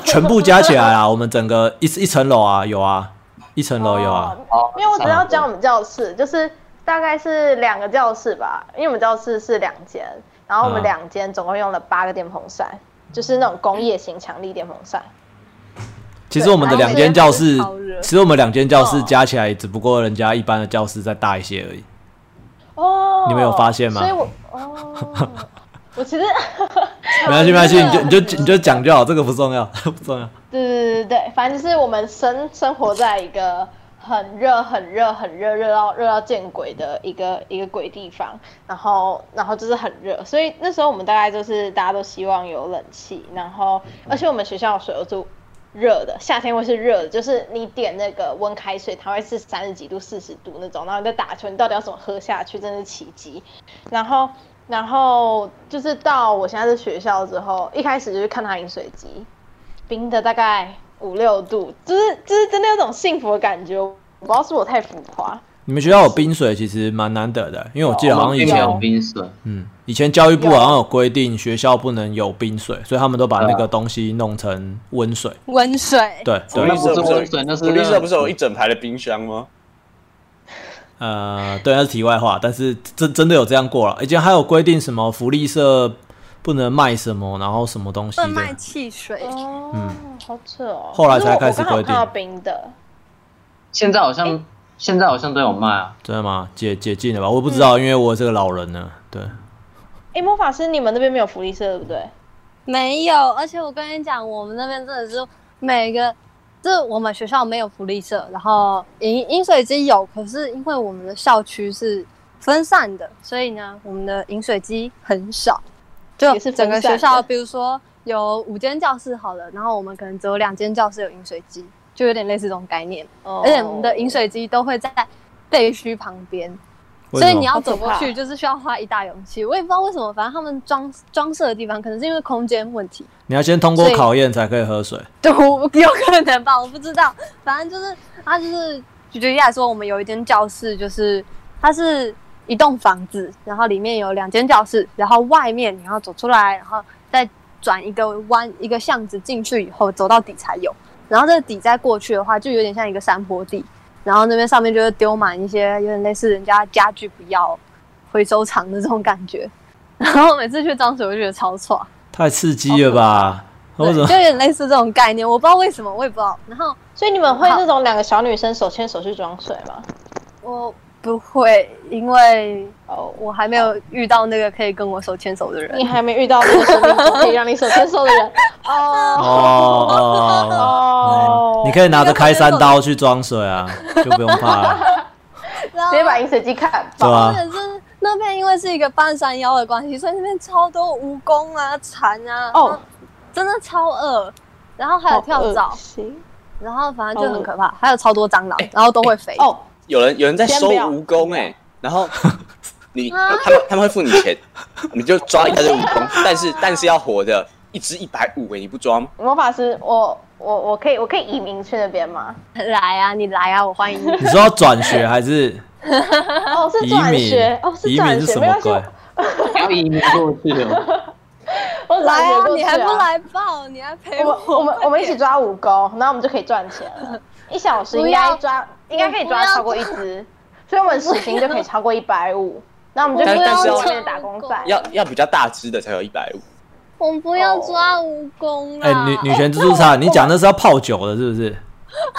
全部加起来啊，我们整个一一层楼啊，有啊，一层楼有啊，嗯
哦，
因为我只要讲我们教室，就是大概是两个教室吧，因为我们教室是两间，然后我们
嗯
两间总共用了八个电风扇，就是那种工业型强力电风扇。
其实我们的两间教室
然后这边还是超热，
其实我们两间教室加起来，只不过人家一般的教室再大一些而已。
哦，
你们有发现吗
所以我哦，我 其实
没关系，没关系，你就你就你就讲就好，这个不重要， 不重要。
对对对对对，反正就是我们生生活在一个很热、很热、很热，热到热到见鬼的一个一个鬼地方。然后，然后就是很热，所以那时候我们大概就是大家都希望有冷气，然后而且我们学校的水都是热的，夏天会是热的，就是你点那个温开水，它会是三十几度、四十度那种。然后你在打球，你到底要怎么喝下去，真是奇迹。然后。然后就是到我现在的学校之后，一开始就是看它饮水机，冰的大概五六度，就是就是真的有种幸福的感觉。我不知道是我太浮夸，
你们学校有冰水，其实蛮难得的，因为我记得好像以
并没哦有
前，
冰水，
嗯，以前教育部好像有规定学校不能有冰水，所以他们都把那个东西弄成温水。
温水。
对
福
对，
利社
那不是
有
温水那是
福利社
热
不是有一整排的冰箱吗？
呃，对，那是题外话，但是真真的有这样过了，而且还有规定什么福利社不能卖什么，然后什么东西
贩
的
卖。汽水，
哦，好扯哦。
嗯后来才开始
可是我
规定
我刚好看到冰的，
现在好像现在好像都有卖 啊。
真的吗？解解禁了吧？我不知道，因为我是个老人呢。对，
哎，魔法师，你们那边没有福利社对不对？
没有。而且我跟你讲，我们那边真的是每个，这我们学校没有福利社，然后饮饮水机有，可是因为我们的校区是分散的，所以呢，我们的饮水机很少，就
也是分
整个
散
学
的
校，比如说有五间教室好了，然后我们可能只有两间教室有饮水机，就有点类似这种概念。
而
而且我们的饮水机都会在废墟旁边，
为
所以
什么
你要走过
好可怕
去就是需要花一大勇气。我也不知道为什么，反正他们装装设的地方可能是因为空间问题，
你要先通过
所以
考验才可以喝水。
就有可能吧，我不知道。反正就是他就是举例来说，我们有一间教室，就是它是一栋房子，然后里面有两间教室，然后外面你要走出来，然后再转一个弯一个巷子进去以后，走到底才有。然后这个底再过去的话，就有点像一个山坡地，然后那边上面就会丢满一些有点类似人家家具不要回收厂的这种感觉。 然后每次去装水，我就觉得超 错。
太刺激了吧？
对
为什么
就有点类似这种概念，我不知道为什么，我也不知道。然后
所以你们会那种两个小女生手牵手去装水吗？
我不会，因为呃
哦，
我还没有遇到那个可以跟我手牵手的人
你。还没遇到那个生命中可以让你手牵手的 人
哦
哦
哦，
哦
哦，你可以拿着开山刀去装水啊，就不用怕了。
然后
直接把饮水机砍爆。
对啊
或者是那边因为是一个半山腰的关系，所以那边超多蜈蚣啊、蝉啊，
哦，
真的超恶。然后还有哦跳
好恶
蚤，
心
然后反正就很可怕，还有超多蟑螂，然后都会飞。
哦，
有人有人在
先
收
不要
蜈蚣哎、然后你
啊
他们他们会付你钱，你就抓一大堆蜈蚣，但是但是要活的，一只一百五哎，你不抓吗？
魔法师，我我我可以我可以移民去那边吗？
来啊，你来啊，我欢迎 你。
你说要转学还是
哦，是
移
转
民
学，哦，是
移
转
民是
学，
什
没
么
关系，
鬼？
要移民过去哦。
我转
来
学
啊，
过去
你还不？来报？你还陪
我们我们我们一起抓蜈蚣，然后我们就可以赚钱了。一小时应该抓，应该可以抓超过一只，所以我们时薪就可以超过一百五。那我们就可以
但但是
当
要
外面的打工仔。
要要比较大只的才有一百五。
我们不要抓蜈蚣啊
哎、
啦！
女女权自助餐，你讲的是要泡酒的，是不是？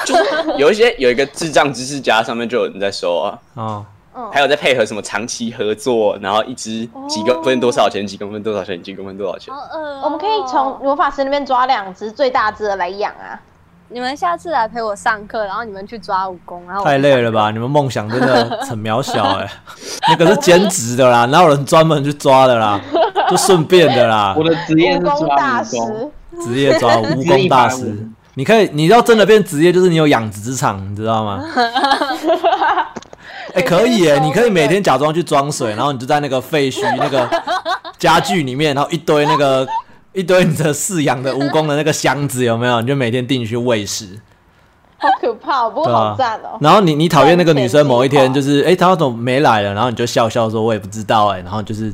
就是有一些有一个智障知识家上面就有人在收啊，
哦，
嗯
还有在配合什么长期合作，然后一支几公分多少钱，几公分多少钱，几公分多少钱
好，恶哦、
我们可以从魔法师那边抓两只最大只的来养啊。
你们下次来陪我上课，然后你们去抓蜈蚣，然后我
太累了吧？你们梦想真的很渺小哎、那个是兼职的啦，哪有人专门去抓的啦？就顺便的啦
我，的职
蜈
业是抓
蚣大
蜈
师，
蚣，
职业抓蜈蚣大
一百
师
五。
你可以，你要真的变职业，就是你有养殖场，你知道 吗？哎、可以 耶！你可以每天假装去装水，然后你就在那个废墟、那个家具里面，然后一堆那个 一堆你的饲养的蜈蚣的那个箱子，有没有？你就每天定去喂食。
好可怕哦，不过
对
好
啊
赞哦。
然后你你讨厌那个女生，某一天 就是哎、她怎么没来了？然后你就笑笑说，我也不知道哎、然后就是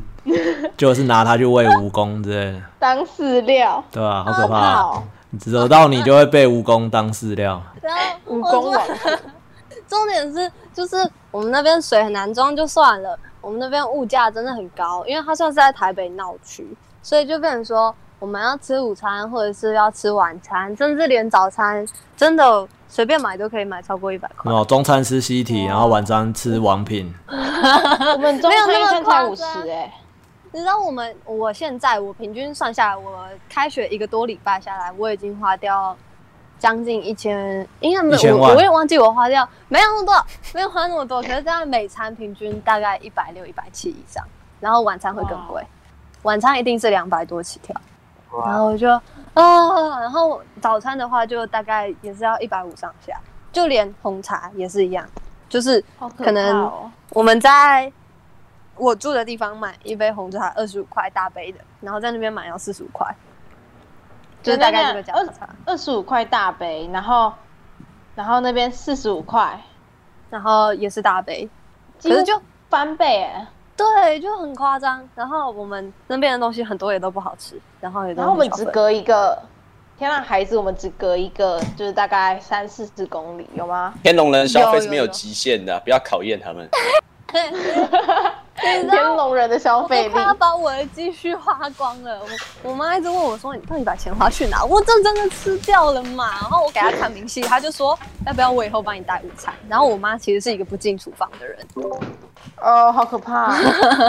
就是拿她去喂蜈蚣之类的，
当饲料，
对吧、好可怕
怕
啊！
哦，
惹到你就会被蜈蚣当饲料。
然后
蜈蚣
我
王
说。 重点是，就是我们那边水很难装就算了，我们那边物价真的很高，因为它算是在台北闹区，所以就变成说我们要吃午餐或者是要吃晚餐，甚至连早餐真的随便买都可以买超过一百块。
哦，中餐吃西体，然后晚餐吃王品。
我们中
没有
餐
那
一
么
餐
夸
才
张
五十哎，
你知道我们我现在我平均算下来，我开学一个多礼拜下来，我已经花掉将近一千，应该没
1000
有，
万
我我也忘记我花掉没有那么多，没有花那么多。可是这样每餐平均大概一百六、一百七以上，然后晚餐会更贵，晚餐一定是两百多起跳。然后我就啊，然后早餐的话就大概也是要一百五上下，就连红茶也是一样，就是
好可
可能
怕哦
我们在我住的地方买一杯红茶二十五块大杯的，然后在那边买要四十五块，就是大概这个价
等等
差。
二十五块大杯，然后然后那边四十五块，
然后也是大杯，
几乎
可是就
翻倍哎。
对，就很夸张。然后我们那边的东西很多也都不好吃，然后也都
然后我们只
很小份
隔一个，天啊，孩子，我们只隔一个，就是大概三四十公里，有吗？
天龙人消费是没
有
有
有有
极限的，啊不要考验他们。
你知道
天龙人的消
我
费
都
力
快，要把我的积蓄花光了。我我妈一直问我说：“你到底把钱花去哪？”我这真的吃掉了嘛？然后我给她看明细，她就说：“要不要我以后帮你带午餐？”然后我妈其实是一个不进厨房的人，
哦，好可怕、啊！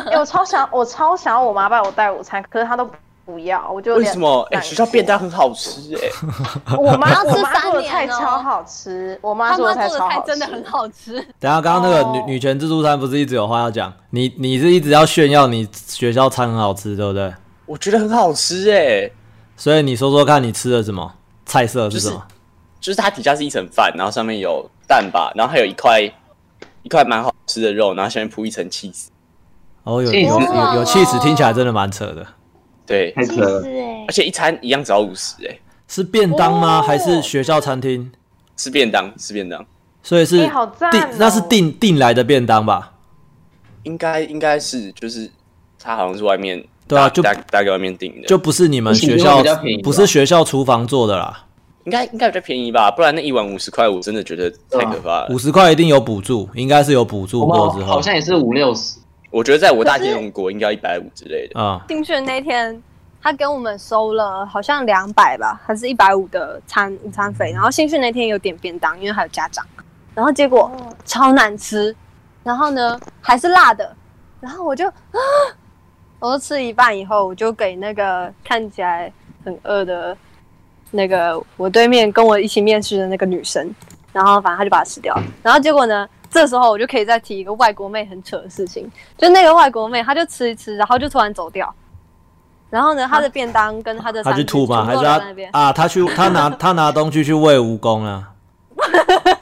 哎我超想，我超想要我妈帮我带午餐，可是她都不不要，我就有
为
点
什么？哎、
难
学校
过
便当很好吃哎、
我妈
要吃
我妈做
三
的
年
菜
哦
超好吃，我妈
他
做
妈
的菜
做的
超
菜
好吃，
真的很好吃。
等一下，刚刚那个女、
哦
女权自助餐不是一直有话要讲？你你是一直要炫耀你学校餐很好吃，对不对？
我觉得很好吃哎、
所以你说说看你吃了什么？菜色是
就是
什么？
就是它底下是一层饭，然后上面有蛋吧，然后还有一块一块蛮好吃的肉，然后下面铺一层 cheese。
哦，有
气
有
死
有有气质，听起来真的蛮扯的。
对，
太扯了，
哎
而且一餐一样只要五十哎，
是便当吗？
哦
还是学校餐厅？
吃便当吃便当，
所以是
哎好赞哦
订、那是订订来的便当吧？
应该应该是就是它好像是外面
对啊
大
就
大大概外面订的，
就不是你们学
你们
校
比较便宜吧
不是学校厨房做的啦，
应该应该比较便宜吧，不然那一碗五十块我真的觉得太可怕
啊
了。
五十块一定有补助，应该是有补助
我
过
们
之
好
后
像也是五六十，
我觉得在我大金融国应该要一百五之类的，
啊、
进去的那天，他给我们收了好像两百吧，还是一百五的餐午餐费。然后新训那天有点便当，因为还有家长。然后结果超难吃，然后呢还是辣的，然后我就啊，我就吃一半以后，我就给那个看起来很饿的那个我对面跟我一起面试的那个女生，然后反正她就把它吃掉了。然后结果呢，这时候我就可以再提一个外国妹很扯的事情，就那个外国妹，她就吃一吃，然后就突然走掉。然后呢，她的便当跟她的
他去吐吗？
吗？
还是
在那边
他啊？他去他拿 他拿东西去喂蜈蚣啊？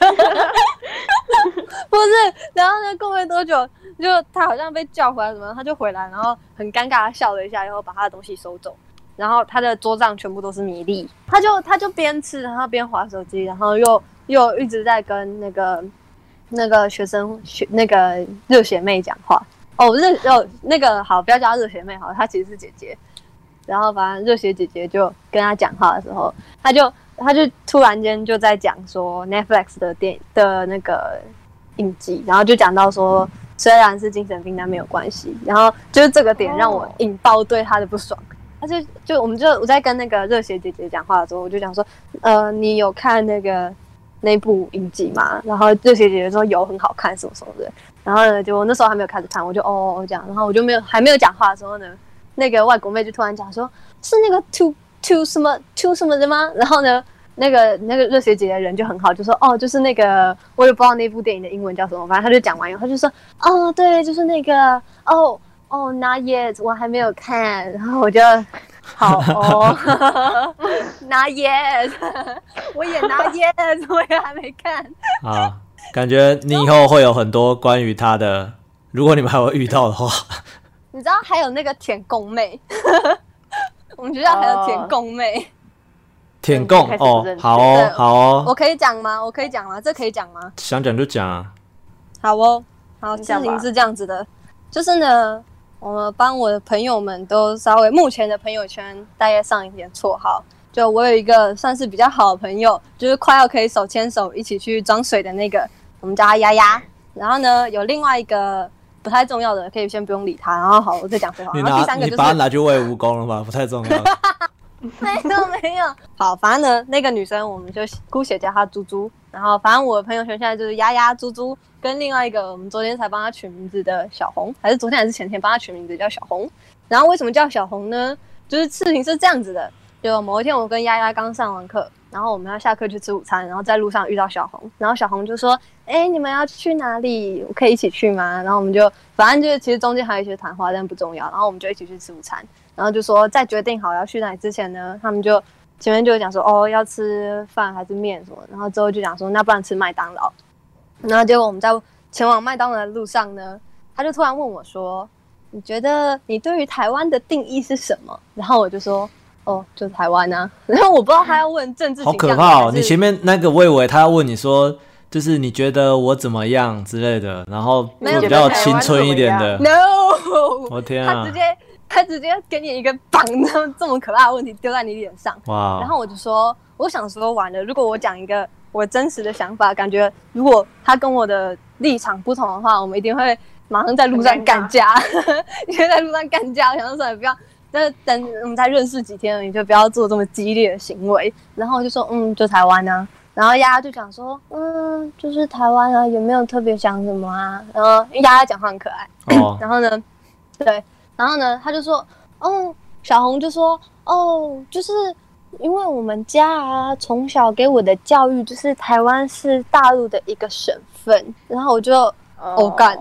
不是，然后呢？过没多久，就他好像被叫回来什么，他就回来，然后很尴尬的笑了一下，然后把他的东西收走，然后他的桌上全部都是米粒，他就他就边吃，然后边划手机，然后又又一直在跟那个那个学生学那个热血妹讲话。哦，热哦那个好，不要叫她热血妹好了，她其实是姐姐。然后反正热血姐姐就跟她讲话的时候，她就她就突然间就在讲说 Netflix 的电的那个印记，然后就讲到说，虽然是精神病，但没有关系。然后就是这个点让我
哦
引爆对他的不爽。他就就我们就我在跟那个热血姐姐讲话的时候，我就讲说，呃，你有看那个那部影集吗？然后热血姐姐说有，很好看，什么什么的。然后呢，就我那时候还没有开始看，我就哦哦哦这样，然后我就没有还没有讲话的时候呢，那个外国妹就突然讲说，是那个 to to 什么 to 什么的吗？然后呢，那个那个热血姐姐人就很好，就说哦，就是那个我也不知道那部电影的英文叫什么，反正他就讲完以后，他就说哦，对，就是那个哦哦，not yet，我还没有看。然后我就好 哦，not yet，我也 not yet，我也还没看。
啊，感觉你以后会有很多关于他的，如果你们还会遇到的话，
你知道还有那个舔供妹， 我们学校还有舔供妹，嗯
舔供
开始不
哦
认，识
好哦
对
好
我
哦，
可以讲吗？我可以讲吗？这可以讲吗？
想讲就讲啊，
好哦，好，
你
事
讲吧
情是这样子的，就是呢，我帮我的朋友们都稍微目前的朋友圈大概上一点绰号。就我有一个算是比较好的朋友，就是快要可以手牵手一起去装水的那个，我们叫他丫丫。然后呢，有另外一个不太重要的，可以先不用理他。然后好，我再讲废话。
你
然后第
拿
三个
你
就是
把它拿去喂蜈蚣了吗？不太 重要。
没有没有。好，反正呢，那个女生我们就姑且叫她猪猪。然后，反正我的朋友圈现在就是丫丫、猪猪跟另外一个我们昨天才帮她取名字的小红，还是昨天还是前天帮她取名字叫小红。然后为什么叫小红呢？就是事情是这样子的，就某一天我跟丫丫刚上完课，然后我们要下课去吃午餐，然后在路上遇到小红，然后小红就说：“哎，你们要去哪里？我可以一起去吗？”然后我们就反正就是其实中间还有一些谈话，但不重要。然后我们就一起去吃午餐。然后就说在决定好要去哪里之前呢，他们就前面就讲说哦要吃饭还是面什么，然后之后就讲说那不然吃麦当劳。然后结果我们在前往麦当劳的路上呢，他就突然问我说：“你觉得你对于台湾的定义是什么？”然后我就说：“哦，就是台湾啊。”然后我不知道他要问政治
好
倾向
可怕哦！
还是
你前面那个魏伟，他要问你说，就是你觉得我怎么样之类的，然后
没有
比较青春一点的。
no，
我天
他
啊
直！接他直接给你一个绑这么这么可怕的问题丢在你脸上。哦
哇，哦
然后我就说，我想说完了，如果我讲一个我真实的想法，感觉如果他跟我的立场不同的话，我们一定会马上在路上
很尴尬
干架，因为在路上干架，我想说算了不要。那等我们才认识几天而已，就不要做这么激烈的行为。然后我就说，嗯，就台湾啊。然后丫丫就讲说，嗯，就是台湾啊，有没有特别想什么啊？然后因为丫丫讲话很可爱，
哦，
然后呢，对，然后呢，他就说，哦，小红就说：“哦，就是因为我们家啊，从小给我的教育就是台湾是大陆的一个省份。”然后我就
哦
干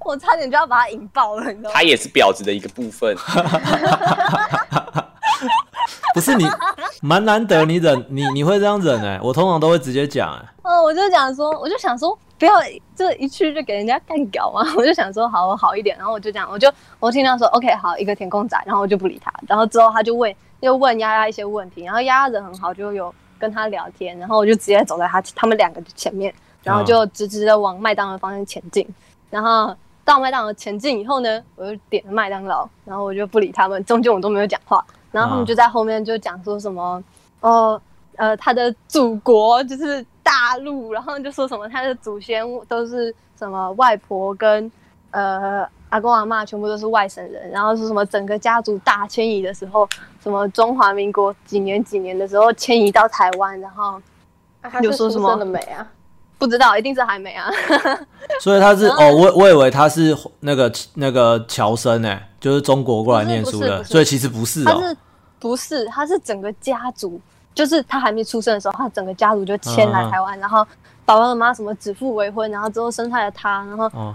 我差点就要把它引爆了，你知道吗
他？也是婊子的一个部分。
不 是你，蛮难得你忍，你你会这样忍哎、我通常都会直接讲哎、
嗯，我就讲说，我就想说，不要这一去就给人家干掉嘛。 我就想说，好，我好一点。然后我就讲，我就我听到说，OK，好，一个填空仔，然后我就不理他。然后之后他就问，又问丫丫一些问题，然后丫丫人很好，就有跟他聊天。然后我就直接走在他他们两个前面，然后就直直的往麦当劳方向前进。然后到麦当劳前进以后呢，我就点了麦当劳，然后我就不理他们，中间我都没有讲话。然后他们就在后面就讲说什么，哦，呃，他的祖国就是大陆，然后就说什么他的祖先都是什么外婆跟呃阿公阿妈全部都是外省人，然后说什么整个家族大迁移的时候，什么中华民国几年几年的时候迁移到台湾，然后
啊他
有
是
说
出
什么
生了没啊？
不知道一定是还没啊，
所以他是哦，我我以为他是那个那个侨生哎、就是中国过来念书
不是
的，
不是
所以其实不是
他
哦、
是不是他是整个家族，就是他还没出生的时候，他整个家族就迁
嗯
来台湾，然后爸爸妈妈什么指腹为婚，然后之后生下了他，然后
哦，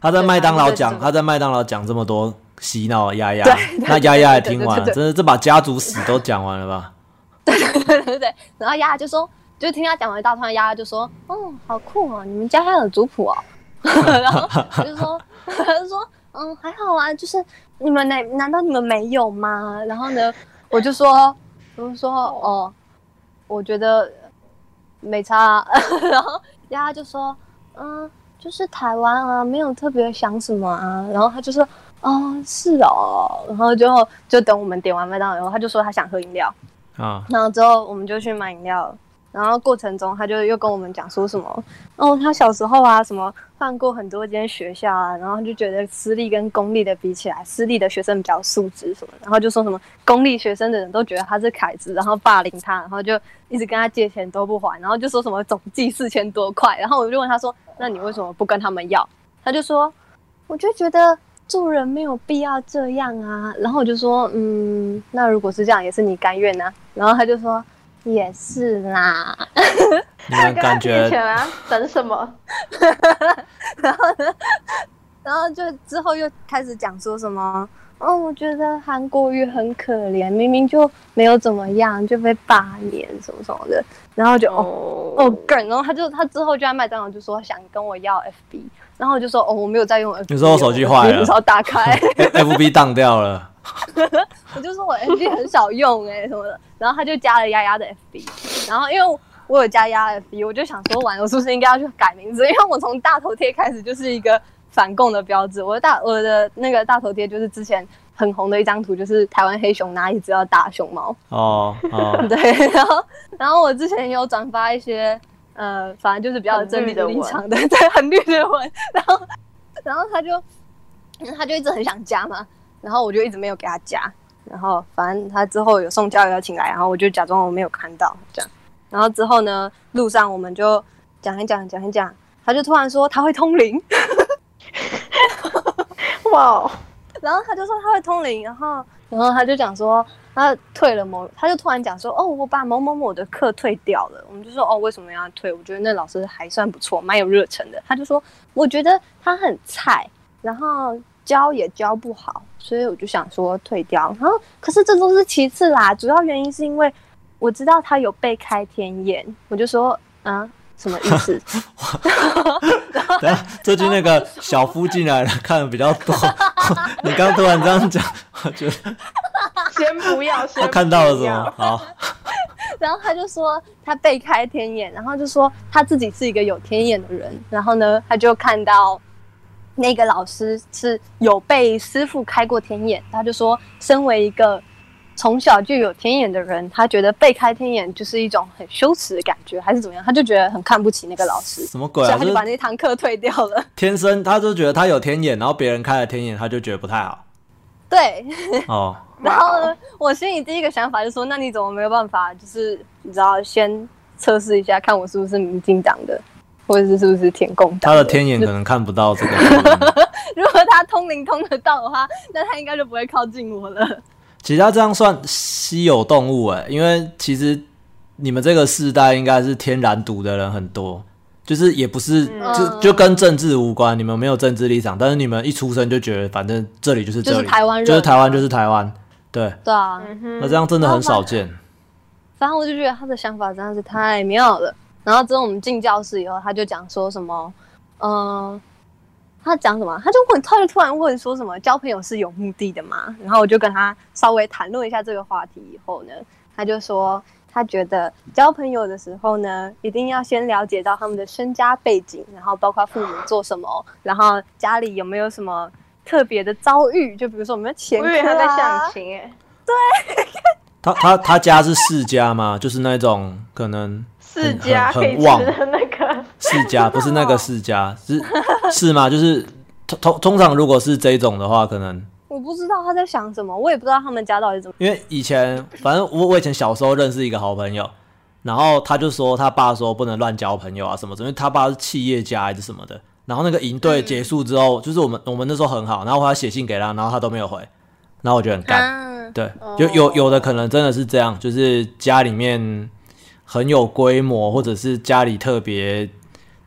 他在麦当劳讲，
对
他在麦当劳讲这么多洗脑丫丫
对对，对
那丫丫也听完了，
对对对对
真的这把家族史都讲完了吧？
对对 对，然后丫丫就说，就听他讲完一大串，丫丫就说，哦，好酷哦，你们家还有族谱哦。 然后我就说， 我就说，嗯，还好啊，就是你们难难道你们没有吗？然后呢，我就说，我就说，哦，我觉得没差啊、 然后丫丫就说，嗯，就是台湾啊，没有特别想什么啊。然后他就说，哦，是哦。然后就就等我们点完麦当劳以后，他就说他想喝饮料。
啊，
然后之后我们就去买饮料了，然后过程中他就又跟我们讲说什么，哦，他小时候啊，什么换过很多间学校啊，然后就觉得私立跟公立的比起来，私立的学生比较素质什么的，然后就说什么公立学生的人都觉得他是凯子，然后霸凌他，然后就一直跟他借钱都不还，然后就说什么总计四千多块，然后我就问他说，那你为什么不跟他们要？他就说，我就觉得做人没有必要这样啊。然后我就说，嗯，那如果是这样，也是你甘愿啊。然后他就说，也是啦。
你们
跟他
感
借钱
觉
啊？等什么？
然后就之后又开始讲说什么，嗯，我觉得韩国瑜很可怜，明明就没有怎么样，就被罢免什么什么的。然后就哦哦
哦，
梗，然后他就他之后就在麦当劳就说想跟我要 FB，然后我就说哦我没有在用 FB，
你说我手机坏了
很少打开。
F B 当掉了，
我就说我 FB 很少用哎、什么的，然后他就加了丫丫的 FB，然后因为我有加丫丫的 FB，我就想说完我是不是应该要去改名字？因为我从大头贴开始就是一个反共的标志，我的大我的那个大头贴就是之前很红的一张图，就是台湾黑熊拿一只要打熊猫，
哦哦，
对， 然后然后我之前也有转发一些呃，反正就是比较有正面立场的， 对，很绿的文，然后然后他就他就一直很想加嘛，然后我就一直没有给他加，然后反正他之后有送交友邀请来，然后我就假装我没有看到这样，然后之后呢，路上我们就讲一讲讲一讲，他就突然说他会通灵，
哇哦，
然后他就说他会通灵，然后然后他就讲说他退了某，他就突然讲说哦，我把某某某的课退掉了。我们就说哦，为什么要退？我觉得那老师还算不错，蛮有热忱的。他就说我觉得他很菜，然后教也教不好，所以我就想说退掉。然后可是这都是其次啦，主要原因是因为我知道他有被开天眼，我就说啊。什么意思？
等下最近那个小夫进来了，看的比较多。 你刚突然这样讲，我觉得
先不 要，先
我看到了
不
什
要
么？？好，
然后他就说他被开天眼，然后就说他自己是一个有天眼的人，然后呢，他就看到那个老师是有被师傅开过天眼，他就说，身为一个从小就有天眼的人，他觉得被开天眼就是一种很羞耻的感觉，还是怎么样？他就觉得很看不起那个老师，
什么鬼
所以
啊？
他
就
就把
是
那堂课退掉了。
天生他就觉得他有天眼，然后别人开了天眼，他就觉得不太 好。
对，
哦，
然后呢，我心里第一个想法就是说，那你怎么没有办法？就是你知道，先测试一下，看我是不是民进党的，或者是是不是舔共党
他的天眼可能看不到这个。
如果他通灵通得到的话，那他应该就不会靠近我了。
其实它这样算稀有动物哎、因为其实你们这个世代应该是天然毒的人很多，就是也不是、
嗯
就就跟政治无关，你们没有政治立场，但是你们一出生就觉得反正这里就是这里，
就是台湾人
就是台湾就是台湾，对，
对啊，
嗯哼
那这样真的很少见。
反正我就觉得他的想法真的是太妙了。然后之后我们进教室以后，他就讲说什么，嗯、他讲什么？他就问，他就突然问说什么交朋友是有目的的吗？然后我就跟他稍微谈论一下这个话题以后呢，他就说他觉得交朋友的时候呢，一定要先了解到他们的身家背景，然后包括父母做什么，然后家里有没有什么特别的遭遇，就比如说我们前
我
科
以为他在
啊
象，棋耶，
他他他家是世家嘛，就是那种可能
世家
很
可以
很
吃
旺
的那个，
世家，不是那个世家，是是吗？就是通通通常如果是这种的话，可能
我不知道他在想什么，我也不知道他们家到底怎么。
因为以前，反正我我以前小时候认识一个好朋友，然后他就说他爸说不能乱交朋友啊什么的，因为他爸是企业家还是什么的。然后那个营队结束之后，就是我们我们那时候很好，然后我还写信给他，然后他都没有回，然后我觉得很干。
啊，
对，有有有的可能真的是这样，就是家里面很有规模，或者是家里特别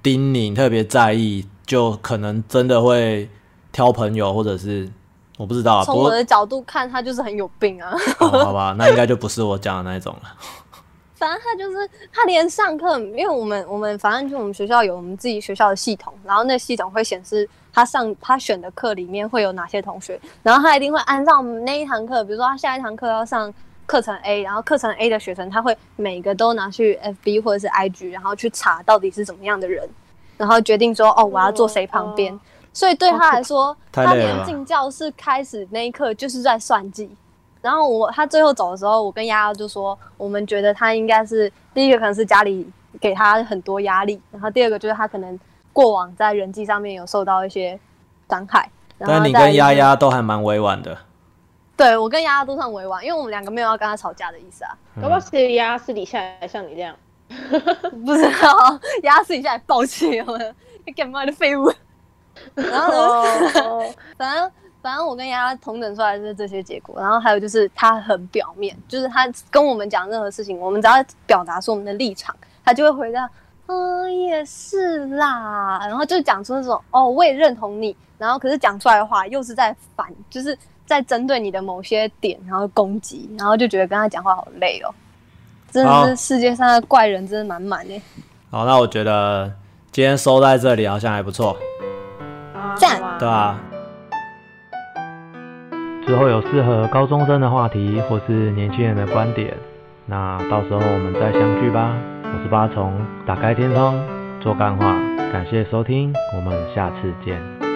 叮咛、特别在意，就可能真的会挑朋友，或者是我不知道啊。不
从我
过
的角度看，他就是很有病啊。
哦好吧，那应该就不是我讲的那一种了。
反正他就是他连上课，因为我们我们反正就我们学校有我们自己学校的系统，然后那系统会显示他上他选的课里面会有哪些同学，然后他一定会按照我们那一堂课，比如说他下一堂课要上课程 A，然后课程 A 的学生他会每个都拿去 FB 或者是 IG，然后去查到底是怎么样的人，然后决定说哦我要坐谁旁边，
哦
所以对他来说，
太
他
累了
连
吧
进教室开始那一刻就是在算计。然后我他最后走的时候，我跟丫丫就说，我们觉得他应该是第一个可能是家里给他很多压力，然后第二个就是他可能过往在人际上面有受到一些伤害。然后
但你
再
跟丫
就是
丫都还蛮委婉的，
对我跟丫丫都算委婉，因为我们两个没有要跟他吵架的意思啊，
搞不好谁呀私底下也像你这样，
不知道丫丫私底下也抱气我们，你干嘛的 废物？然后呢？
哦，
反正反正我跟丫丫同等出来是这些结果，然后还有就是他很表面，就是他跟我们讲任何事情，我们只要表达出我们的立场，他就会回答，嗯，也是啦，然后就讲出那种哦，我也认同你，然后可是讲出来的话又是在反，就是在针对你的某些点，然后攻击，然后就觉得跟他讲话好累哦。真的
好
是世界上的怪人真的满满的，
好，那我觉得今天收在这里好像还不错，
啊
赞
好吧
对吧、
之后有适合高中生的话题或是年轻人的观点，那到时候我们再相聚吧。我是八重，打开天窗，做干话。感谢收听，我们下次见。